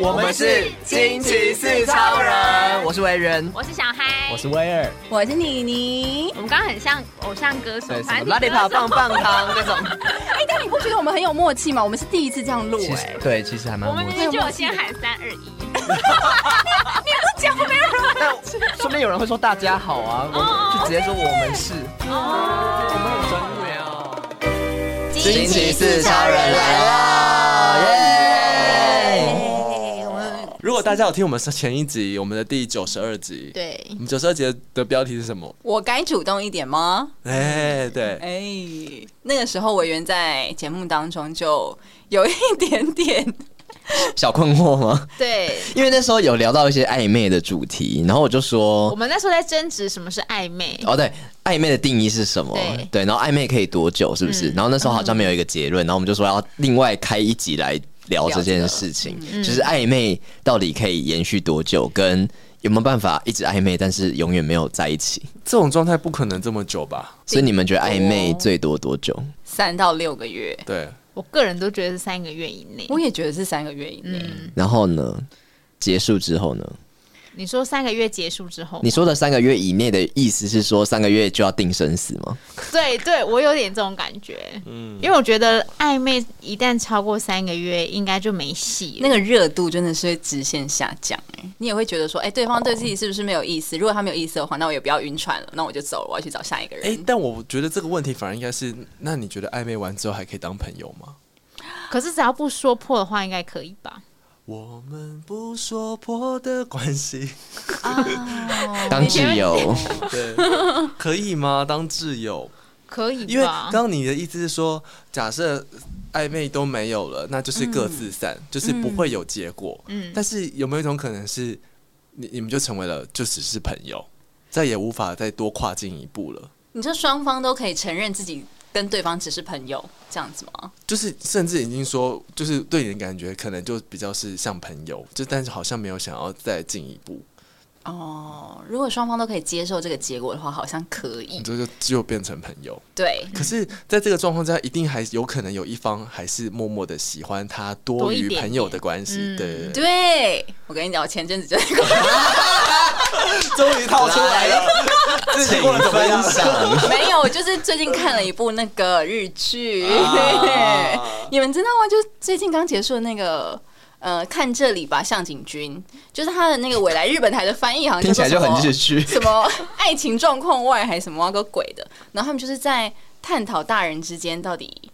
我们是惊奇四超人，我是维人，我是小嗨，我是威尔，我是妮妮我。们刚刚很像偶像歌手对，什么反正拉力跑棒棒糖那种。哎、但你不觉得我们很有默契吗？我们是第一次这样录、其哎实，对，其实还蛮我们默明契。明就有先喊三二一，但顺便有人会说大家好啊，我们就直接说我们是，哦我们很专业哦。惊奇四超人来啦！耶！哎我们如果大家有听我们前一集，我们的第九十二集，，对我们九十二集的标题是什么？我该主动一点吗？哎、对，哎、那个时候委员在节目当中就有一点点小困惑吗？对 因为那时候有聊到一些暧昧的主题，然后我就我说，们那时候在争执什么是暧昧，哦对，暧昧的定义是什么？对嗯对，然后暧昧可以多久？是不是？然后那时候好像没有一个结论，然后我们就说要另外开一集来聊这件事情，嗯就是暧昧到底可以延续多久，跟有没有办法一直暧昧，但是永远没有在一起？这种状态不可能这么久吧？所以你们觉得暧昧最多多久？三到六个月，对，我个人都觉得是三个月以内。我也觉得是三个月以内。嗯然后呢？结束之后呢？你说三个月结束之后，你说的三个月以内的意思是说三个月就要定生死吗？对对，我有点这种感觉，嗯，因为我觉得暧昧一旦超过三个月，应该就没戏那了。个热度真的是会直线下降、哎，你也会觉得说，哎、对方对自己是不是没有意思？如果他没有意思的话，那我也不要晕船了，那我就走了，我要去找下一个人。哎、但我觉得这个问题反而应该是，那你觉得暧昧完之后还可以当朋友吗？可是只要不说破的话，应该可以吧？我们不说破的关系， 哎啊当挚友， 对，可以吗？当挚友，可以因为吧？刚刚你的意思是说，假设暧昧都没有了，那就是各自散，就是不会有结果。嗯但是有没有一种可能是，你你们就成为了就只是朋友，再也无法再多跨进一步了？你说双方都可以承认自己跟对方只是朋友这样子吗？就是甚至已经说，就是对你的感觉可能就比较是像朋友，就但是好像没有想要再进一步，哦，如果双方都可以接受这个结果的话，好像可以嗯你。这就只有变成朋友。对，可是，在这个状况之下，一定还有可能有一方还是默默的喜欢他多多一于点朋友点的关系。嗯对对对，对我跟你讲，我前阵子就 终于套出来了，自己请过得怎么样分？享。没有，我就是最近看了一部那个日剧，啊 你们知道吗？就是最近刚结束的那个。呃，看这里吧，向井君，就是他的那个未来日本台的翻译，好像听起来就叫做什么。很日剧什么爱情状况外还是什么个鬼的，然后他们就是在探讨大人之间到底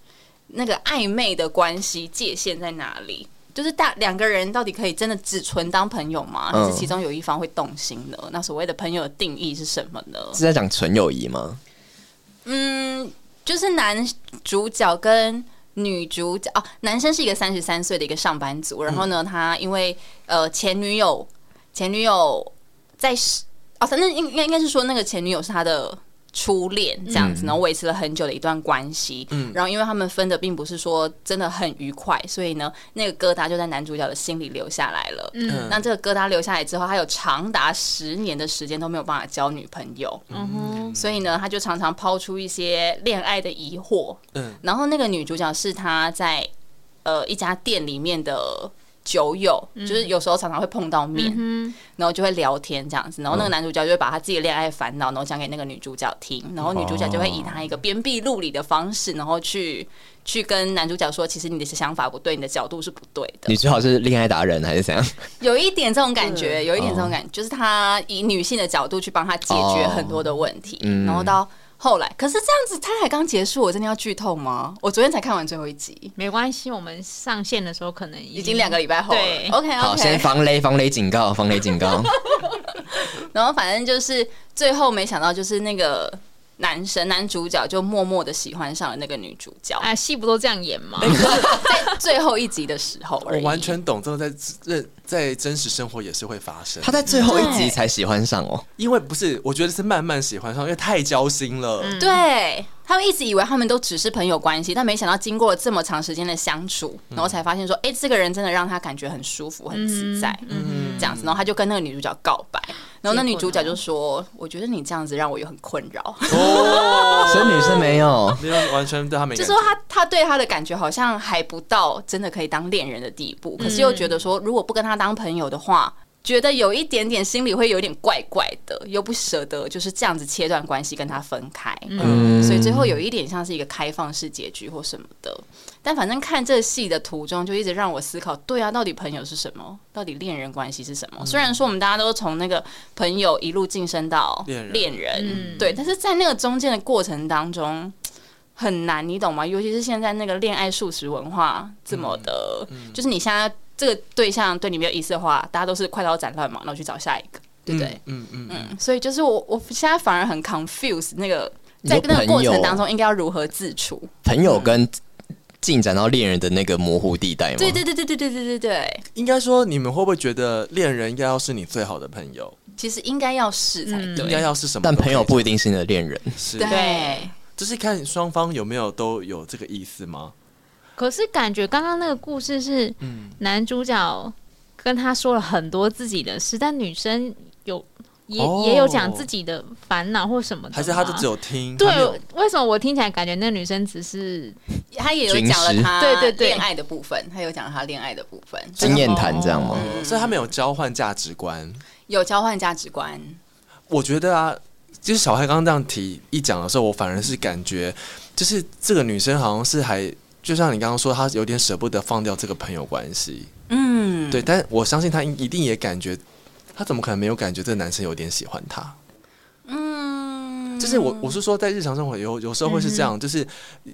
那个暧昧的关系界限在哪里。就是大两个人到底可以真的只纯当朋友吗？还嗯是其中有一方会动心呢？那所谓的朋友的定义是什么呢？是在讲纯友谊吗？嗯，就是男主角跟女主角哦、男生是一个三十三岁的一个上班族，然后呢，他因为呃前女友前女友在是哦，反正应应该应该是说那个前女友是他的。初恋这样子，然后维持了很久的一段关系，嗯，然后因为他们分的并不是说真的很愉快，所以呢，那个疙瘩就在男主角的心里留下来了。嗯那这个疙瘩留下来之后，他有长达十年的时间都没有办法交女朋友，嗯哼，所以呢，他就常常抛出一些恋爱的疑惑。嗯嗯，然后那个女主角是他在呃一家店里面的酒友，就是有时候常常会碰到面，嗯然后就会聊天这样子。然后那个男主角就会把他自己的恋爱烦恼，然后讲给那个女主角听，然后女主角就会以他一个鞭辟入里的方式，然后去去跟男主角说，其实你的想法不对，你的角度是不对的。你最好是恋爱达人还是怎样？有一点这种感觉，有一点这种感觉，就是他以女性的角度去帮他解决很多的问题，然后到后来，可是这样子他才刚结束，我真的要剧透吗？我昨天才看完最后一集，没关系，我们上线的时候可能已已经两个礼拜后了对。 OK 好，先 OK，防雷，防雷警告，防雷警告。然后反正就是最后没想到就是那个男神男主角就默默的喜欢上了那个女主角，啊，戏不都这样演吗？在最后一集的时候而我已，完全懂，这种在认在真实生活也是会发 生。他在最后一集才喜欢上哦，因为不是，我觉得是慢慢喜欢上，因为太交心了。嗯对他们一直以为他们都只是朋友关系，但没想到经过了这么长时间的相处，然后才发现说，哎、这个人真的让他感觉很舒服、很自在，嗯，这样子，然后他就跟那个女主角告白，然后那女主角就说：“我觉得你这样子让我有很困扰。”哦，所以女生没有，没有完全对他没就感说觉，他他对他的感觉好像还不到真的可以当恋人的地步，可是嗯又觉得说如果不跟他当朋友的话，觉得有一点点心里会有点怪怪的，又不舍得就是这样子切断关系跟他分开，嗯，所以最后有一点像是一个开放式结局或什么的。但反正看这戏的途中，就一直让我思考，对啊，到底朋友是什么？到底恋人关系是嗯什么？虽然说我们大家都从那个朋友一路晋升到恋人恋人，对，但是在那个中间的过程当中。很难，你懂吗？尤其是现在那个恋爱素食文化这么的，就是你现在这个对象对你没有意思的话，大家都是快刀斩乱麻，然后去找下一个，对不对？嗯嗯嗯，嗯，所以就是我我现在反而很 confused 那个你在说那个过朋友程当中应该要如何自处。朋友跟进展到恋人的那个模糊地带吗？对对对对对对对对对，应该说你们会不会觉得恋人应该要是你最好的朋友，其实应该要试才嗯应对。该要是什么？但朋友不一定是你的恋人，是，对，就是看双方有没有都有这个意思吗？可是感觉刚刚那个故事是嗯，男主角跟他说了很多自己的事，但女生有也、哦也有讲自己的烦恼或什么的吗，还是他就只有听，他没有嗯对？为什么我听起来感觉那女生只是他也有讲了他对对对恋爱的部分，他有讲了他恋爱的部分，经验谈这样吗？哦所以他们有交换价值观。有交换价值观。我觉得啊，就是小孩刚刚这样提一讲的时候，我反而是感觉，就是这个女生好像是还。就像你刚刚说，她有点舍不得放掉这个朋友关系，嗯，对，但我相信她一定也感觉，她怎么可能没有感觉这个男生有点喜欢她？嗯，就是我我是说，在日常生活有有时候会嗯是这样，就是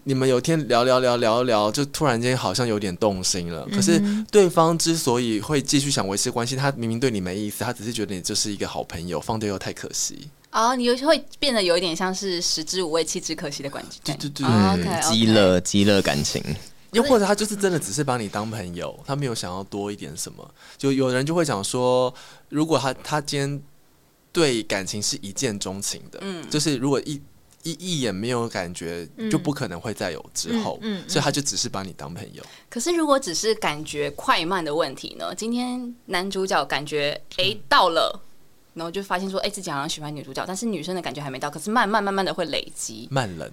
你们有一天聊聊聊聊聊，就突然间好像有点动心了。可嗯是对方之所以会继续想维持关系，他明明对你没意思，他只是觉得你就是一个好朋友，放掉又太可惜。哦，你又会变得有一点像是食之无味，弃之可惜的关系。对对对，哦嗯 OK，OK 激乐激乐感情，又或者他就是真的只是把你当朋友，他没有想要多一点什么。就有人就会讲说，如果他他今天对感情是一见钟情的，嗯就是如果一一一眼没有感觉，就不可能会再有之后，嗯嗯嗯嗯所以他就只是把你当朋友。可是如果只是感觉快慢的问题呢？今天男主角感觉嗯诶到了，然后就发现说诶自己好像喜欢女主角，但是女生的感觉还没到，可是慢慢慢慢的会累积，慢冷，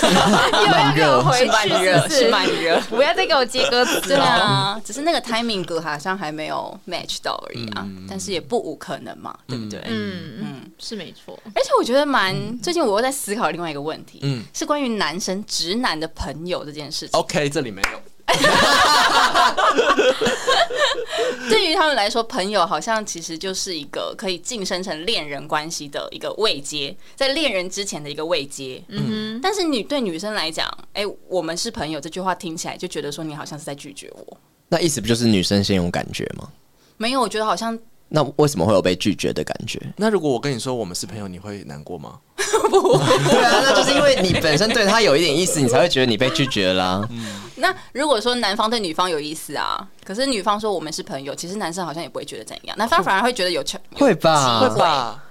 慢热回是慢去是热不是是？慢热， 不要再给我接歌词对了。啊，只是那个 timing 格好像还没有 match 到而已啊，嗯但是也不无可能嘛，对不对？嗯嗯嗯，是没错。而且我觉得蛮，最近我又在思考另外一个问题，嗯是关于男生直男的朋友这件事情。 ，OK，这里没有， 对于他们来说，朋友好像其实就是一个可以晋升成恋人关系的一个位阶，在恋人之前的一个位阶。嗯但是女对女生来讲，哎、我们是朋友这句话听起来就觉得说你好像是在拒绝我。那意思不就是女生先有感觉吗？没有，我觉得好像那为什么会有被拒绝的感觉？那如果我跟你说我们是朋友，你会难过吗？对啊，那就是因为你本身对他有一点意思，你才会觉得你被拒绝啦。那如果说男方对女方有意思啊，可是女方说我们是朋友，其实男生好像也不会觉得怎样，男方反而会觉得有会吧有机会吧，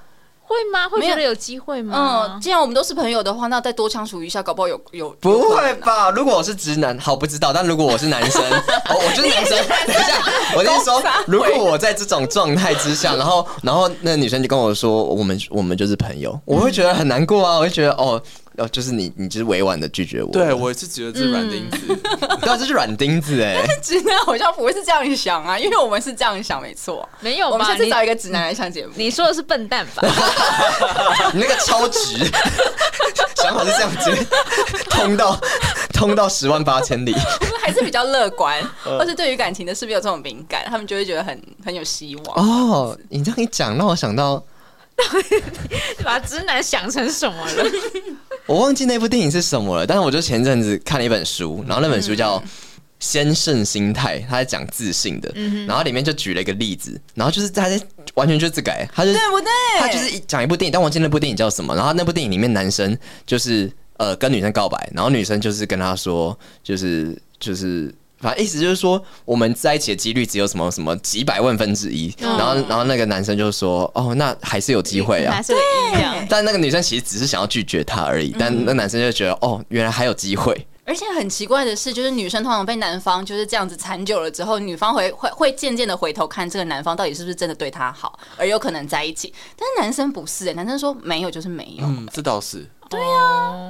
会吗？会没有觉得有机会吗嗯，？既然我们都是朋友的话，那再多相处一下，搞不好有有不 会？吧？如果我是直男，好不知道。但如果我是男 生，哦，我就是男生。 等一下，我跟你说，如果我在这种状态之下，然后然后那女生就跟我说，我们我们就是朋友，我会觉得很难过啊，我会觉得哦。哦，就是你，你就是委婉的拒绝我。对，我是觉得这软钉子，对啊，这是软钉子哎、直男好像不会是这样想啊，因为我们是这样想，没错。没有我们吧？下次你找一个直男来上节目。你说的是笨蛋吧？ 你那个超直， 想法是这样子，通到通到十万八千里。还是比较乐 观，呃或是对于感情的事没有这种敏感，他们就会觉得很很有希望。哦，你这样一讲，让我想到把直男想成什么了？我忘记那部电影是什么了，但是我就前阵子看了一本书，然后那本书叫《先胜心态》，它在讲自信的，然后里面就举了一个例子，然后就是他在完全就是这个、欸，他就对不对？他就是一讲一部电影，但我忘记那部电影叫什么。然后那部电影里面男生就是呃跟女生告白，然后女生就是跟他说，就是就是。反正意思就是说，我们在一起的几率只有什么什么几百万分之一，然后然后那个男生就说，哦，那还是有机会啊拿。这个音量，嗯但那个女生其实只是想要拒绝他而已，但那男生就觉得，哦，原来还有机会。而且很奇怪的是，就是女生通常被男方就是这样子缠久了之后，女方会会会渐渐的回头看这个男方到底是不是真的对她好，而有可能在一起。但是男生不是、欸，男生说没有就是没有， 嗯，这倒是。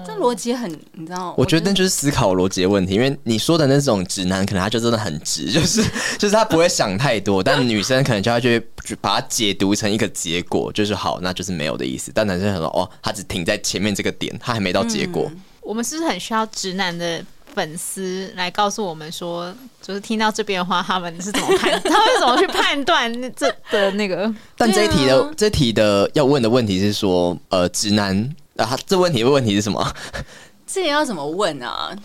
这逻辑很，你知道？我觉得那就是思考逻辑的问题，因为你说的那种直男，可能他就真的很直， 就是就是他不会想太 多，但女生可能就要去把它解读成一个结果，就是好，那就是没有的意思。但男生很说哦，他只停在前面这个点，他还没到结果。我们是不是很需要直男的粉丝来告诉我们说，就是听到这边的话，他们是怎么判，他们是怎么去判断那这的那个？但这一题的、这题的要问的问题是说，呃，直男啊，他这问题的问题是什么？这个要怎么问啊？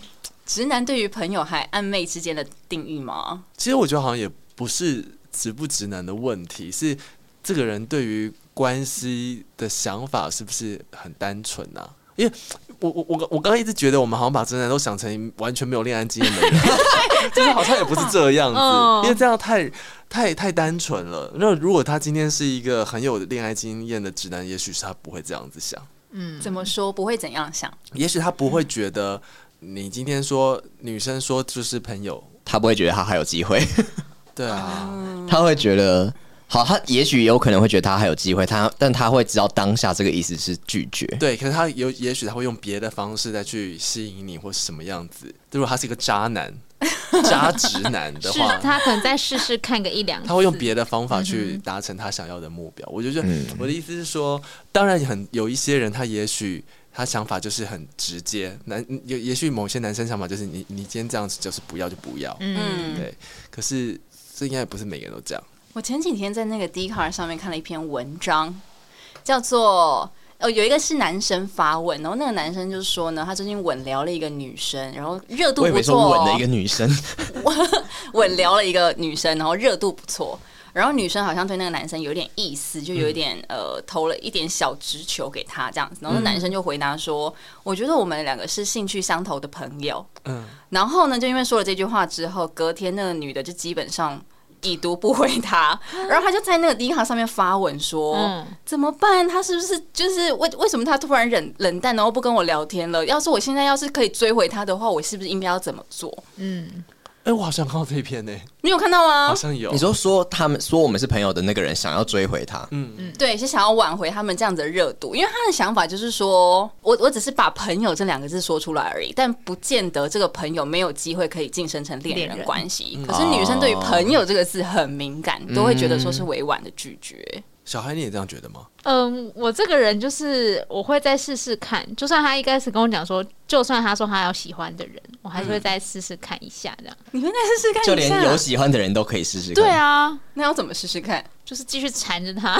直男对于朋友还暧昧之间的定义吗？其实我觉得好像也不是直不直男的问题，是这个人对于关系的想法是不是很单纯呐、啊？因为我我我我刚刚一直觉得我们好像把直男都想成完全没有恋爱经验的人，就是好像也不是这样子，嗯因为这样太太太单纯了。那如果他今天是一个很有恋爱经验的直男，也许是他不会这样子想。嗯，怎么说不会怎样想？也许他不会觉得你今天说女生说就是朋友，他不会觉得他还有机会，对啊，他会觉得好，他也许有可能会觉得他还有机会，他但他会知道当下这个意思是拒绝。对。可是他有，也许他会用别的方式再去吸引你，或是什么样子。如果他是一个 渣男、渣直男的是话，他可嗯能再试试看个一两次，他会用别的方法去达成他想要的目标。我就觉得，我的意思是说，当然很有一些人，他也许。他想法就是很直接，男有也许某些男生想法就是你你今天这样子就是不要就不要，嗯，对。可是这应该也不是每个人都这样。我前几天在那个 d c a r 上面看了一篇文章，叫做呃有一个是男生发问，然后那个男生就说呢，他最近稳聊了一个女生，然后热度我以不为错、说吻了哦一，个女生，稳聊了一个女生，然后热度不错。然后女生好像对那个男生有点意思，就嗯有点、呃投了一点小直球给他这样子，然后那嗯男生就回答说：“我觉得我们两个是兴趣相投的朋友。”嗯，然后呢，就因为说了这句话之后，隔天那个女的就基本上已读不回他，然后他就在那个 d 卡上面发文说：“嗯怎么办？他是不是就是为为什么他突然冷冷淡，然后不跟我聊天了？要是我现在要是可以追回他的话，我是不是应该要怎么做？嗯，哎、我好像看到这一篇呢、你有看到吗好？像有。你说说他们说我们是朋友的那个人想要追回他，嗯，对，是想要挽回他们这样子的热度，因为他的想法就是说，我我只是把朋友这两个字说出来而已，但不见得这个朋友没有机会可以晋升成恋恋人人关系。可是女生对于朋友这个字很敏感，都会觉得说是委婉的拒绝。小孩你也这样觉得吗？嗯，我这个人就是我会再试试看，就算他一开始跟我讲说，就算他说他有喜欢的人，我还是会再试试看一下这样。嗯你们再试试看就一连下，有喜欢的人都可以试试看。对，啊，那要怎么试试看？就是继续缠着他，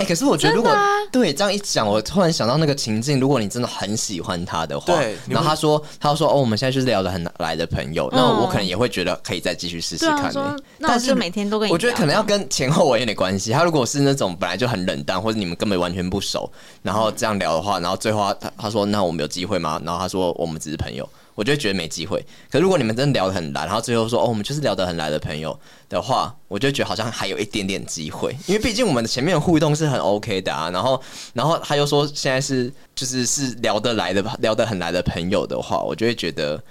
哎、可是我觉得如果、啊对这样一讲，我突然想到那个情境，如果你真的很喜欢他的话，对你然后会他说他说哦，我们现在就是聊得很来的朋友，那嗯我可能也会觉得可以再继续试试对啊看、欸说那我但是就每天都跟你我觉得聊啊可能要跟前后文有点关系。他如果是那种本来就很冷淡，或者你们根本完全不熟，然后这样聊的话，然后最后他他说那我们有机会吗？然后他说我们只是朋友。我就会觉得没机会。可如果你们真的聊得很来，然后最后说哦，我们就是聊得很来的朋友的话，我就觉得好像还有一点点机会，因为毕竟我们的前面的互动是很 OK 的啊。然后，然后他又说现在是就是是聊得来的、聊得很来的朋友的话，我就会觉得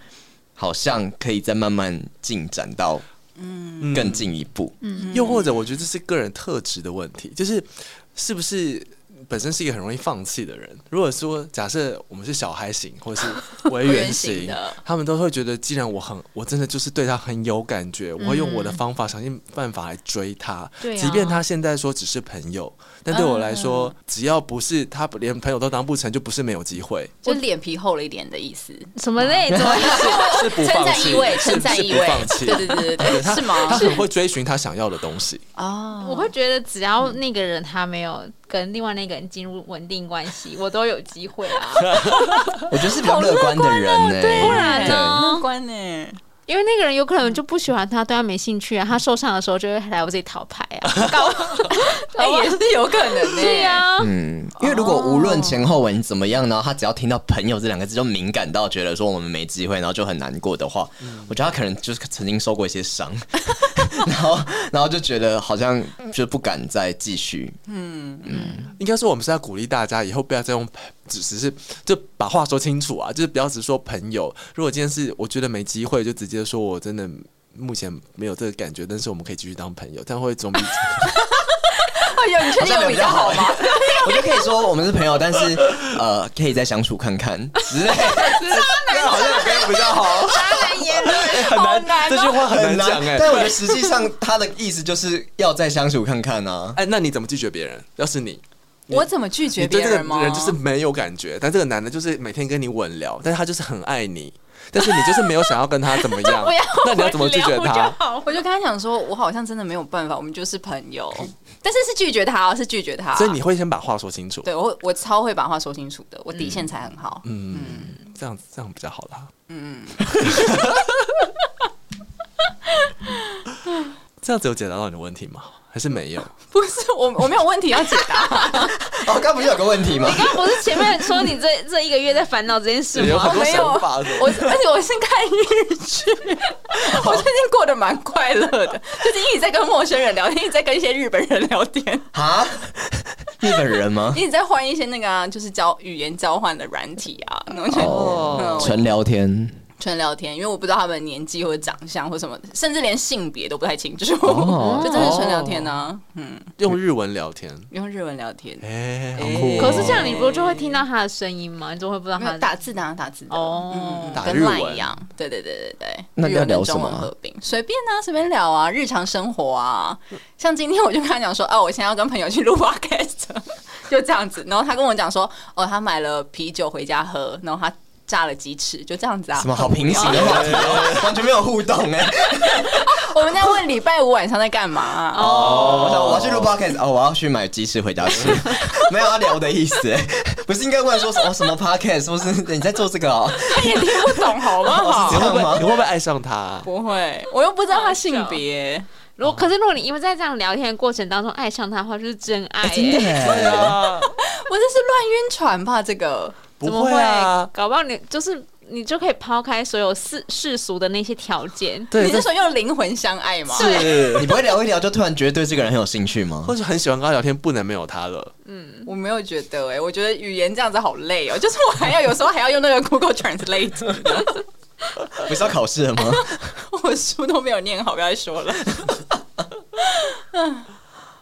好像可以再慢慢进展到更进一步。嗯又或者我觉得这是个人特质的问题，就是是不是本身是一个很容易放弃的人。如果说假设我们是小孩型 或是维园微圆形型的，他们都会觉得，既然我很我真的就是对他很有感觉，我会用嗯我的方法想尽办法来追他。对啊即便他现在说只是朋友，但对我来嗯说，只要不是他连朋友都当不成就不是没有机会。就脸皮厚了一点的意思，什么 类？怎么是是不 称放赞弃意味，，是称赞是意不味放，弃 对对对对对，是他吗？很会追寻他想要的东西。哦，我会觉得只要嗯那个人他没有跟另外那个人进入稳定关系，我都有机会啊。 我觉得是比较乐观的人呢、不然对呢？乐观呢。因为那个人有可能就不喜欢他，对他没兴趣啊，他受伤的时候就会来我这里讨牌啊，搞哎、也是有可能的、对啊，嗯，因为如果无论前后文怎么样呢，他只要听到“朋友”这两个字就敏感到觉得说我们没机会，然后就很难过的话，我觉得他可能就是曾经受过一些伤， 然后然后就觉得好像就不敢再继续。应该说我们是要鼓励大家以后不要再用朋只只是就把话说清楚啊，就是不要只说朋友。如果今天是我觉得没机会，就直接说我真的目前没有这个感觉，但是我们可以继续当朋友，这样 会总比哎呦，你确定有比较好吗？我就可以说我们是朋友，但是呃，可以再相处看看之类。这样好像也没有比较好， 好很难难，哦这句话很难讲哎、但我觉得实际上他的意思就是要再相处看看啊。哎，那你怎么拒绝别人？要是你，我怎么拒绝你对别这个人吗？人就是没有感觉，但这个男的就是每天跟你稳聊，但是他就是很爱你，但是你就是没有想要跟他怎么 样不要，那你要怎么拒绝我就他？好 我就跟他讲说，我好像真的没有办法，我们就是朋友，但是是拒绝他哦，是拒绝他。所以你会先把话说清楚，对我我超会把话说清楚的，我底线才很好。嗯，这样这样比较好啦。嗯， 这样子有解答到你的问题吗？还是没有？不是我我没有问题要解 答，哦，刚不是有个问 题吗？刚刚不是前面说你这这一个月在烦恼这件事有吗很？多没有想法的。我而且我是看日剧，我最近过得蛮快乐的，就是一直在跟陌生人聊天，一直在跟一些日本人聊天， 啊，日本人吗？一直在换一些那个、啊、就是交语言交换的软体啊，然后就、嗯哦我，纯聊天纯聊天，因为我不知道他们的年纪或者长相或什么的，甚至连性别都不太清楚，哦 就真的纯聊天呢、哦嗯，用日文聊天，用日文聊天， 哎、好哎酷、哦！ 可是这样你不就会听到他的声音吗？你就会不知道没他有打嗯字的、啊，打字的哦打跟日 LINE 文一样，对对对对对，那日文要聊跟中文什么啊合并，随便啊，随便聊啊，日常生活啊，像今天我就跟他讲说，哦，我现在要跟朋友去录 podcast，就 这样子，然后他跟我讲说，哦，他买了啤酒回家喝，然后他炸了鸡翅，就这样子啊什，么好平行的话题哦，完全没有互动哎。我们在问礼拜五晚上在干嘛啊、 哦，我想我要去录 podcast，哦，我要去买鸡翅回家 吃，没有要聊的意思哎，不是应该问说什么什么 podcast，不是你在做这个哦？他也听不懂，好 不哦好是？你会不这样吗会你会不会爱上他、啊？不会，我又不知道他性别。如果可是如果你因为在这样聊天的过程当中爱上他的话，就是真爱、哎真的欸。耶，我这是乱晕船吧？这个不怎么会啊，搞不好你就是你就可以抛开所有世世俗的那些条件。对，你但是说是用灵魂相爱吗？你不会聊一聊就突然觉得对这个人很有兴趣吗或？是很喜欢跟他聊天，不能没有他了。我没有觉得哎、我觉得语言这样子好累哦、 就是我还要有时候还要用那个 Google Translate，不是要考试了吗？我书都没有念好，不要再说了。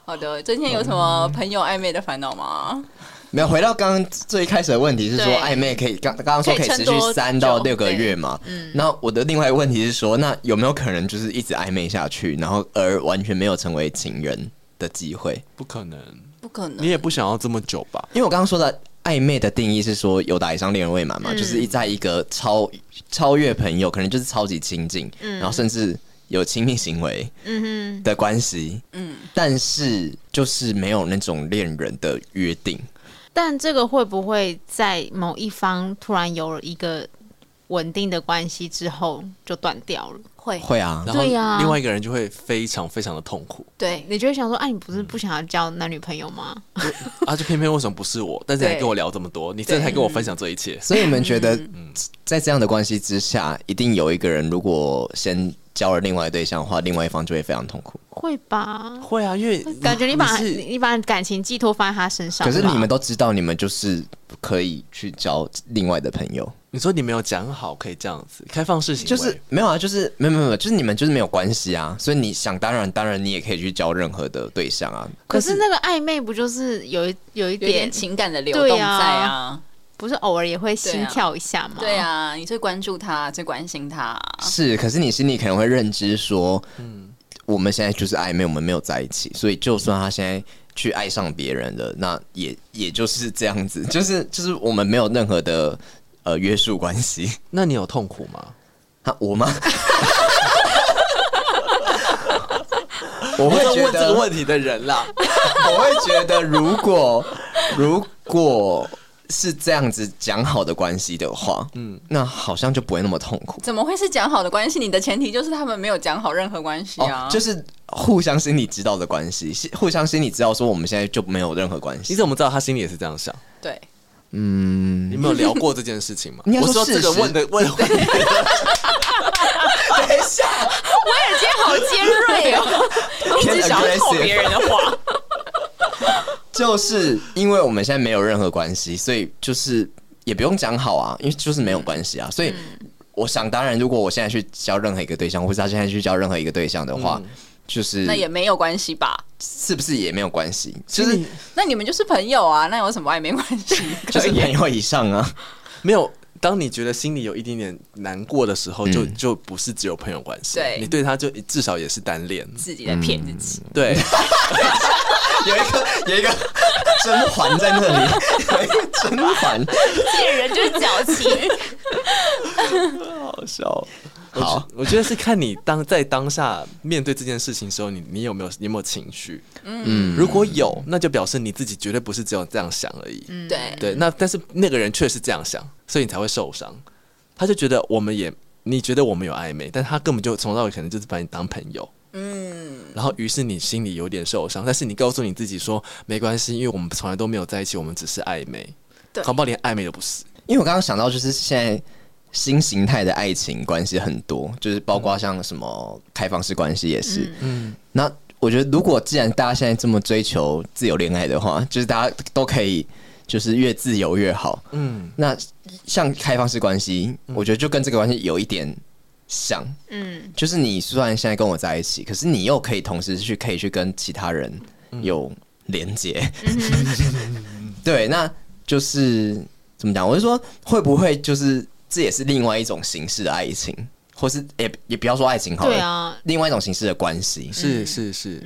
好的，最近有什么朋友暧昧的烦恼吗？没有，回到刚刚最一开始的问题是说对暧昧可以刚刚刚说可以持可以撑多续久嗯三到六个月嘛？那我的另外一个问题是说，那有没有可能就是一直暧昧下去，然后而完全没有成为情人的机会？不可能，不可你能，也不想要这么久吧？因为我刚刚说的暧昧的定义是说有打以上恋人未满嗯嘛，就是在一个超超越朋友，可能就是超级亲近，然后甚至有亲密行为嗯的关系，嗯，但是就是没有那种恋人的约定。哼，但这个会不会在某一方突然有了一个稳定的关系之后就断掉了？会会啊，然后对呀另外一个人就会非常非常的痛苦对你就会想说，哎、你不嗯是不想要交男女朋友吗？啊！就偏偏为什么不是我？但是你还跟我聊这么多，你真的还跟我分享这一切？所以你们觉得在这样的关系之下，一定有一个人如果先交了另外一个对象的话，另外一方就会非常痛苦。会吧？会啊，因为感觉你把你是你把感情寄托放在他身上可吧，是你们都知道，你们就是可以去交另外的朋友。你说你没有讲好可以这样子开放式行为，就是没有啊，就是没有没有没有，就是你们就是没有关系啊，所以你想当然，当然你也可以去交任何的对象啊。可是那个暧昧不就是有一有一有点点，情感的流动在啊，不是偶尔也会心跳一下吗？对啊，你最关注他，最关心他，啊是，可是你心里可能会认知说，嗯，我们现在就是暧昧，我们没有在一起，所以就算他现在去爱上别人了，那也也就是这样子， 就是就是我们没有任何的呃约束关系。 那你有痛苦吗？啊，我吗？ 我会在觉问这得个问题的人啦，我会觉得，如果如果是这样子讲好的关系的话，嗯，那好像就不会那么痛苦。怎么会是讲好的关系？你的前提就是他们没有讲好任何关系啊，哦就是互相心里知道的关系，是互相心里知道说我们现在就没有任何关你系。怎么知道他心里也是这样想？对。嗯，你们有聊过这件事情 吗？应该我说说这个事实问的问的问 题，等一下，今 天好尖锐哦，一直想要套别人的话。就是因为我们现在没有任何关系，所以就是也不用讲好啊，因为就是没有关系啊，所以我想当然，如果我现在去交任何一个对象，或是他现在去交任何一个对象的话，就是那也没有关系吧？是不是也没有关系，就是那你们就是朋友啊，那有什么也没 关系？就是朋友以上啊，没有。当你觉得心里有一点点难过的时候，就嗯就不是只有朋友关系，对你对他就至少也是单恋，自己在骗自己， 对，有一个有一个甄嬛在那里，有一个甄嬛，骗人就是矫情。 好笑哦。我觉好，，我觉得是看你当在当下面对这件事情的时候，你你有没有你有没有情绪？嗯，如果有，那就表示你自己绝对不是只有这样想而已。对，对，那但是那个人确实这样想，所以你才会受伤。他就觉得我们也，你觉得我们有暧昧，但他根本就从头到尾可能就是把你当朋友。嗯，然后于是你心里有点受伤，但是你告诉你自己说没关系，因为我们从来都没有在一起，我们只是暧昧，对恐怕连暧昧都不是。因为我刚刚想到，就是现在新形态的爱情关系很多，就是包括像什么开放式关系也是。嗯，那我觉得如果既然大家现在这么追求自由恋爱的话，就是大家都可以，就是越自由越好。嗯，那像开放式关系，我觉得就跟这个关系有一点像，嗯，就是你虽然现在跟我在一起，可是你又可以同时去可以去跟其他人有连接。 对，那就是怎么讲？我是说，会不会就是这也是另外一种形式的爱情，或是也也不要说爱情好了，对啊，另外一种形式的关系。是是是，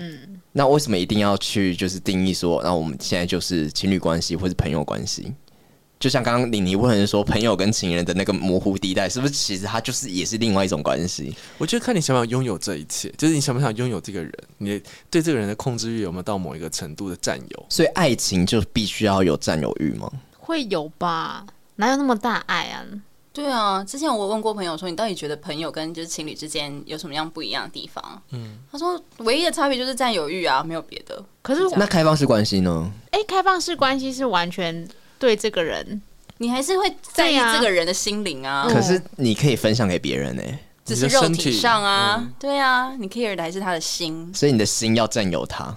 那为什么一定要去就是定义说，那我们现在就是情侣关系或是朋友关系？就像刚刚李妮问说，朋友跟情人的那个模糊地带，是不是其实它就是也是另外一种关系？我觉得看你想不想拥有这一切，就是你想不想拥有这个人，你对这个人的控制欲有没有到某一个程度的占有？所以爱情就必须要有占有欲吗？会有吧？哪有那么大爱啊？对啊，之前我问过朋友说，你到底觉得朋友跟就是情侣之间有什么样不一样的地方？嗯，他说唯一的差别就是占有欲啊，没有别的。可是，那开放式关系呢？哎、开放式关系是完全对这个人，你还是会在意对啊这个人的心灵啊，嗯可是你可以分享给别人欸呢、只你是的肉身体嗯体上啊，对啊，你 care 的还是他的心。所以你的心要占有它。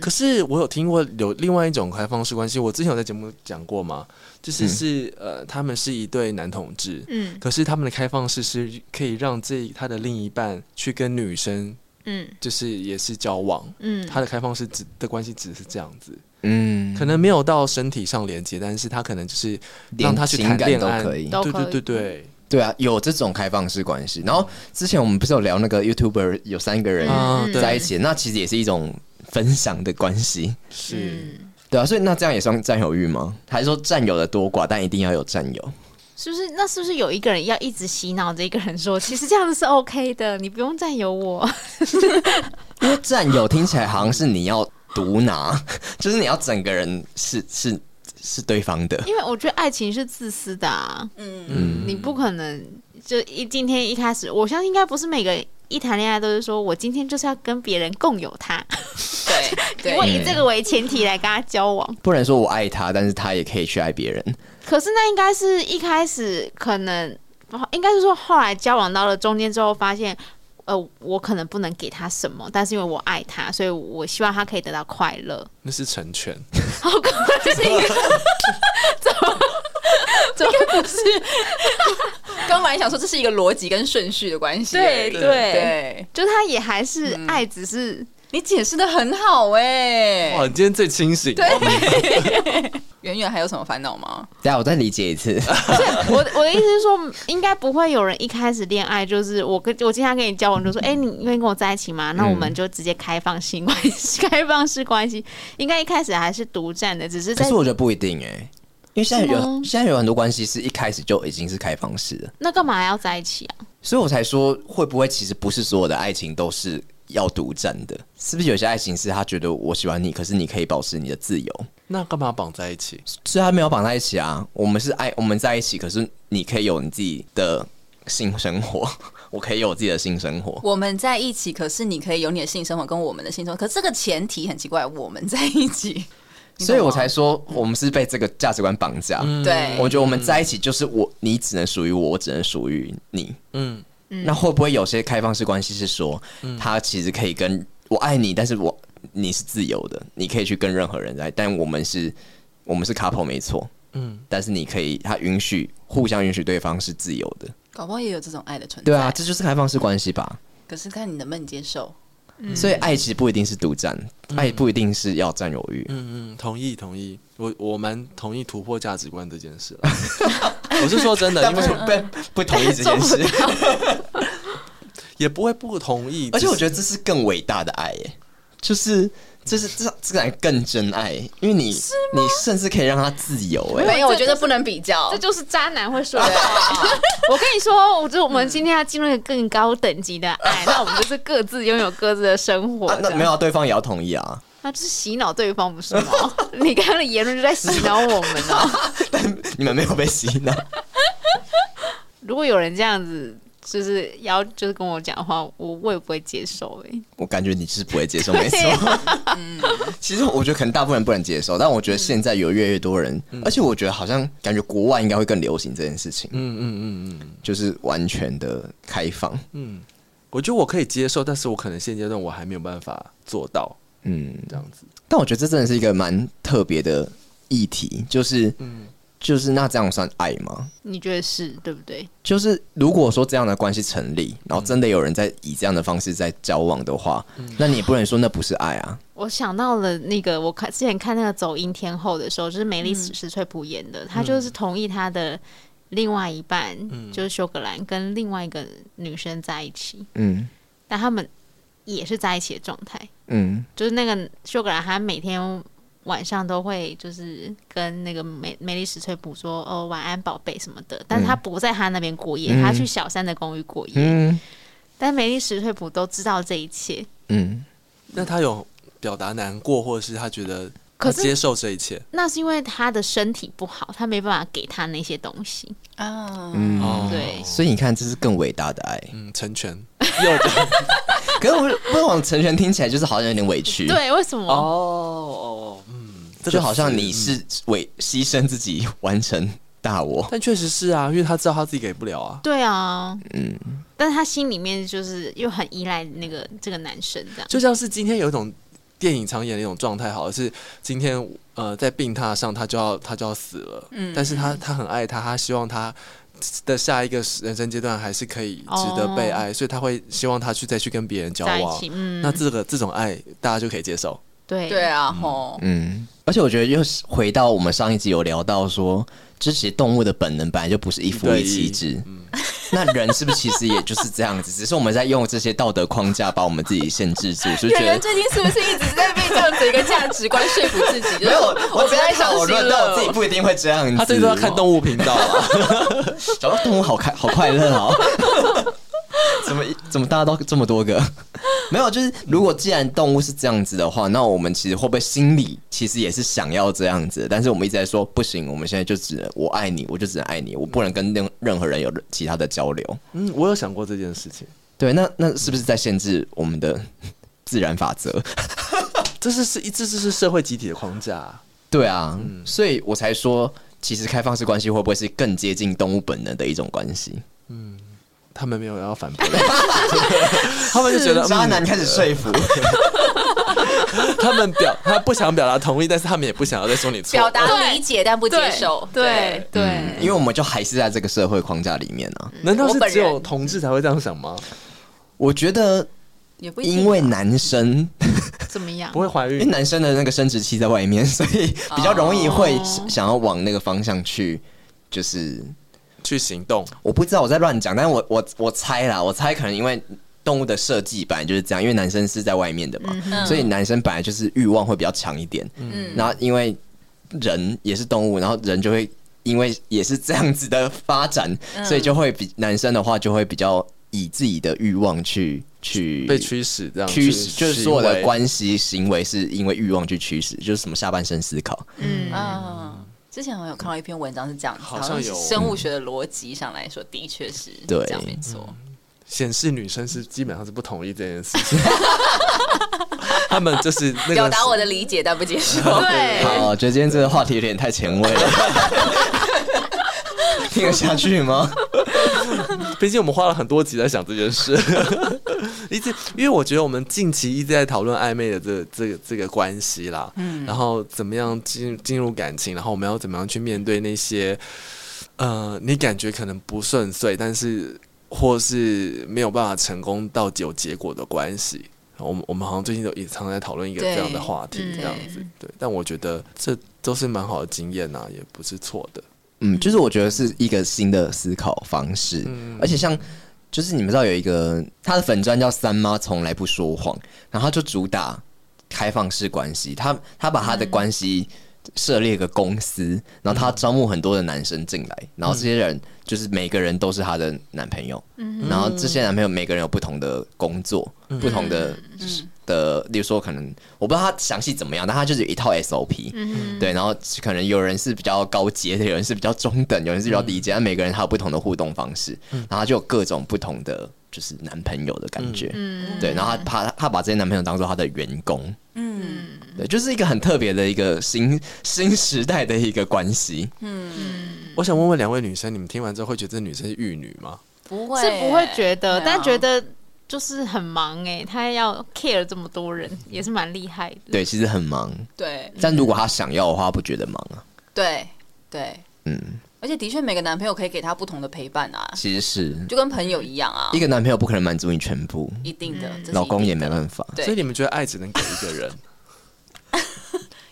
可是我有听过有另外一种开放式关系，我之前有在节目讲过嘛，就是嗯是、呃，他们是一对男同志，嗯可是他们的开放式是可以让这他的另一半去跟女生，嗯就是也是交往，嗯他的开放式只的关系只是这样子，嗯，可能没有到身体上连接，但是他可能就是让连他去情谈感恋都爱，可以。都对可以对对对，对啊，有这种开放式关系。然后之前我们不是有聊那个 YouTuber 有三个嗯人啊对在一起，那其实也是一种分享的关系。是。嗯对啊，所以那这样也算占有欲吗？还是说占有的多寡，但一定要有占有？是不是？那是不是有一个人要一直洗脑这一个人说，其实这样子是 OK 的，你不用占有 我？因为占有听起来好像是你要独拿， 就是你要整个人是是是对方的。因为我觉得爱情是自私的啊，嗯，你不可能就一今天一开始，我相信应该不是每个。一谈恋爱都是说我今天就是要跟别人共有他， 对嗯因为对，以这个为前提来跟他交往。不能说我爱他，但是他也可以去爱别人。可是那应该是一开始可能，哦应该是说后来交往到了中间之后，发现，呃，我可能不能给他什么，但是因为我爱他，所以我希望他可以得到快乐。 那是成全，这个不 是。刚本来想说这是一个逻辑跟顺序的关系而对已，对对，就他也还是嗯爱，只是、 你解释的很好哎、哇，你今天最清醒，哦 圆圆还有什么烦恼吗？等一下我再理解一 次。我我的意思是说，应该不会有人一开始恋爱就是我跟我今天跟你交往就说，哎、你愿意跟我在一起嗯吗？那我们就直接开放性关系， 开放式关系，应该一开始还是独占的，只是可在是我觉得不一定哎、因为现在是吗有现在有很多关系是一开始就已经是开放式的，那干嘛还要在一起啊？所以我才说会不会其实不是所有的爱情都是要独占的？是不是有些爱情是他觉得我喜欢你，可是你可以保持你的自由，那干嘛绑在一起？所以他没有绑在一起啊？我们是爱我们在一起，可是你可以有你自己的性生活， 我可以有我自己的性生活。我们在一起，可是你可以有你的性生活跟我们的性生活，可是这个前提很奇怪，我们在一起， 你懂吗所以我才说，我们是被这个价值观绑架。嗯对，我觉得我们在一起就是我，你只能属于我，我只能属于你。嗯，那会不会有些开放式关系是说，他其实可以跟我爱你，但是我你是自由的，你可以去跟任何人在，但我们是，我们是 couple 没错，嗯，但是你可以，他允许互相允许对方是自由的，搞不好也有这种爱的存在。对啊，这就是开放式关系吧。可是看你能不能接受。所以爱其实不一定是独占，爱不一定是要占有欲。嗯嗯嗯，同意同意，我我蛮同意突破价值观这件事了。我是说真 的，但因不为呃不不同意这件事，也不会不同意，而且我得觉得这是更伟大的爱耶，就是这是这这才更真爱，因为你你甚至可以让他自由哎。没有，我觉得不能比较哦这。就是渣男会说 的话。我跟你说，我就我们今天要进入一个更高等级的 爱，那我们就是各自拥有各自的生活啊。那这样没有啊，对方也要同意啊， 那就是洗脑对方不是吗？ 你刚刚的言论就在洗脑我们啊呢。但你们没有被洗脑。 如果有人这样子，就是要就是跟我讲的话，我我也不会接受哎、我感觉你是不会接受，没错。 其实我觉得可能大部分人不能接受，但我觉得现在有越来越多人，而且我觉得好像感觉国外应该会更流行这件事情，嗯嗯嗯嗯就是完全的开放。嗯，我觉得我可以接受，但是我可能现阶段我还没有办法做到嗯，这样子。但我觉得这真的是一个蛮特别的议题，就是嗯就是那这样算爱吗？你觉得是对不对？就是如果说这样的关系成立，然后真的有人在以这样的方式在交往的话，那你也不能说那不是爱啊。我想到了那个，我看之前看那个《走音天后》的时候，就是梅丽史翠普演的，她就是同意她的另外一半，就是修格兰跟另外一个女生在一起，嗯但他们也是在一起的状态。嗯就是那个修格兰，他每天晚上都会就是跟那个美美丽史翠普说哦晚安宝贝什么的，但是他不在他那边过夜，嗯他去小三的公寓过夜，嗯但美丽史翠普都知道这一切。嗯，那他有表达难过，或者是他觉得他可是接受这一切那是因为他的身体不好，他没办法给他那些东西。啊，嗯哦，对所以你看，这是更伟大的爱。嗯，成全又的可是我不往成全听起来就是好像有点委屈，，对，为什么？哦哦哦，嗯，这就个好像你嗯是为牺牲自己完成大我。但确实是啊，因为他知道他自己给不了啊。对啊，嗯，但他心里面就是又很依赖那个这个男生这样。就像是今天有一种电影常演的一种状态，好了，是今天呃在病榻上他就要他就要死了，嗯但是他他很爱他，他希望他的下一个人生阶段还是可以值得被爱，所以他会希望他去再去跟别人交在一往起，。嗯，那这个这种爱大家就可以接受，对对啊，吼，嗯，而且我觉得又是回到我们上一集有聊到说，这其实动物的本能本来就不是一夫一妻制，那人是不是其实也就是这样子？只是我们在用这些道德框架把我们自己限制住，就觉圆得圆。最近是不是一直在被这样子一个价值观说服自己？没没 有，我不只太在伤讨心论，但我自己了。不一定会这样子。他最多要看动物频道啊。找到动物好开好快乐哦！ 怎么一怎么大家都这么多个？没有，就是如果既然动物是这样子的话，那我们其实会不会心里其实也是想要这样子？但是我们一直在说不行，我们现在就只能我爱你，我就只能爱你，我不能跟任任何人有其他的交流。 嗯，我有想过这件事情，对，那那是不是在限制我们的自然法 则？这是是一这这是社会集体的框架啊、对啊，所以我才说，其实开放式关系会不会是更接近动物本能的一种关系？他们没有要反驳的，他们就觉得渣嗯男啊开始说服。他们表他不想表达同意，但是他们也不想要再说你错。表达理解但不接受，对对嗯因为我们就还是在这个社会框架里面啊。嗯难道我是本只有人同志才会这样想吗？我觉得，也不一定啊因为男生，怎么样不？会怀因为孕？男生的嗯那个生殖器在外面，所以比较容易会想要往那个方向去。就是去行动，我不知道我在乱讲，但是我我我猜啦，我猜可能因为动物的设计本来就是这样，因为男生是在外面的嘛，嗯所以男生本来就是欲望会比较强一点。嗯然后因为人也是动物，然后人就会因为也是这样子的发展，嗯所以就会比男生的话就会比较以自己的欲望去去被驱使这样嗯驱使，就是所有的，去关系行为是因为欲望去驱使，就是什么下半身思考。嗯，啊。之前好像有看到一篇文章是这样子，好像像是有生物学的逻辑上来说，的确是对这样没错。显示女生是基本上是不同意这件事情。 他们就是那个表达我的理解但不接受，对好，觉得今天这个话题有点太前卫 了，听得下去吗？ 毕竟我们花了很多集在想这件事。一直因为我觉得我们近期一直在讨论暧昧的这个、这个这个关系啦，嗯，然后怎么样进进入感情，然后我们要怎么样去面对那些，呃，你感觉可能不顺遂，但是或是没有办法成功到有结果的关系。我们我们好像最近都也常在讨论一个这样的话题，这样子嗯对。但我觉得这都是蛮好的经验呐、也不是错的。嗯，就是我觉得是一个新的思考方式，而且像就是你们知道有一个他的粉砖叫三妈从来不说谎，然后他就主打开放式关系，他他把他的关系设立一个公司，然后他招募很多的男生进来，然后这些人就是每个人都是他的男朋友，然后这些男朋友每个人有不同的工作，不同的的，例如说可能我不知道他详细怎么样，但他就是有一套 SOP，、对，然后可能有人是比较高阶的，有人是比较中等，有人是比较低阶，但每个人他有不同的互动方式，然后他就有各种不同的就是男朋友的感嗯觉，对，然后他把他把这些男朋友当做他的员工，嗯，对，就是一个很特别的一个新新时代的一个关系，我想问问两位女生，你们听完之后会觉得这女生是玉女吗？不会是不会觉得，对啊但觉得就是很忙哎、他要 care 这么多人，也是蛮厉害的。对，其实很忙，对但如果他想要的话，他不觉得忙啊，对对，嗯，而且的确每个男朋友可以给他不同的陪伴啊，其实是就跟朋友一样啊，一个男朋友不可能满足你全部，一定的，这是老公也一定没的办法，对所以你们觉得爱只能给一个人？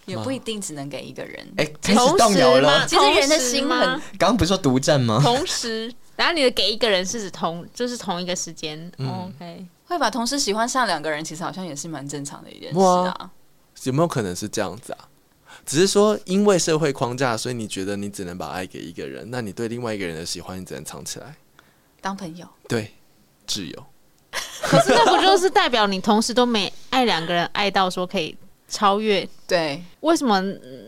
也不一定只能给一个人。哎、开始动摇了同时吗。其实人的心很同时吗刚刚不是说独占吗？同时， 然后你的给一个人是指同，就是同一个时间。OK，哦会把同事喜欢上两个人，其实好像也是蛮正常的一件事啊。有没有可能是这样子啊？只是说，因为社会框架，所以你觉得你只能把爱给一个人，那你对另外一个人的喜欢，你只能藏起来。当朋友，对，挚友。可是那不就是代表你同时都没爱两个人，爱到说可以超越？对，为什么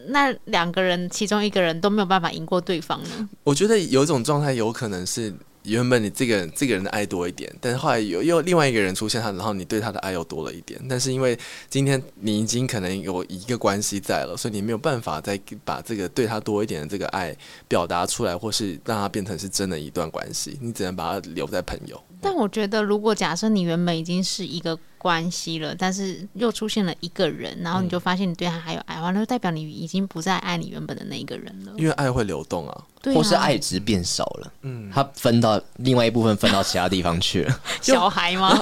那两个人其中一个人都没有办法赢过对方呢？我觉得有一种状态，有可能是原本你这个人这个人的爱多一点，但是后来有又另外一个人出现他，然后你对他的爱又多了一点。但是因为今天你已经可能有一个关系在了，所以你没有办法再把这个对他多一点的这个爱表达出来，或是让它变成是真的一段关系，你只能把它留在朋友。但我觉得，如果假设你原本已经是一个关系了，但是又出现了一个人，然后你就发现你对他还有爱，完了就代表你已经不再爱你原本的那一个人了。因为爱会流动啊， 对、啊，或是爱值变少了，嗯，他分到另外一部分分到其他地方去了，小孩吗？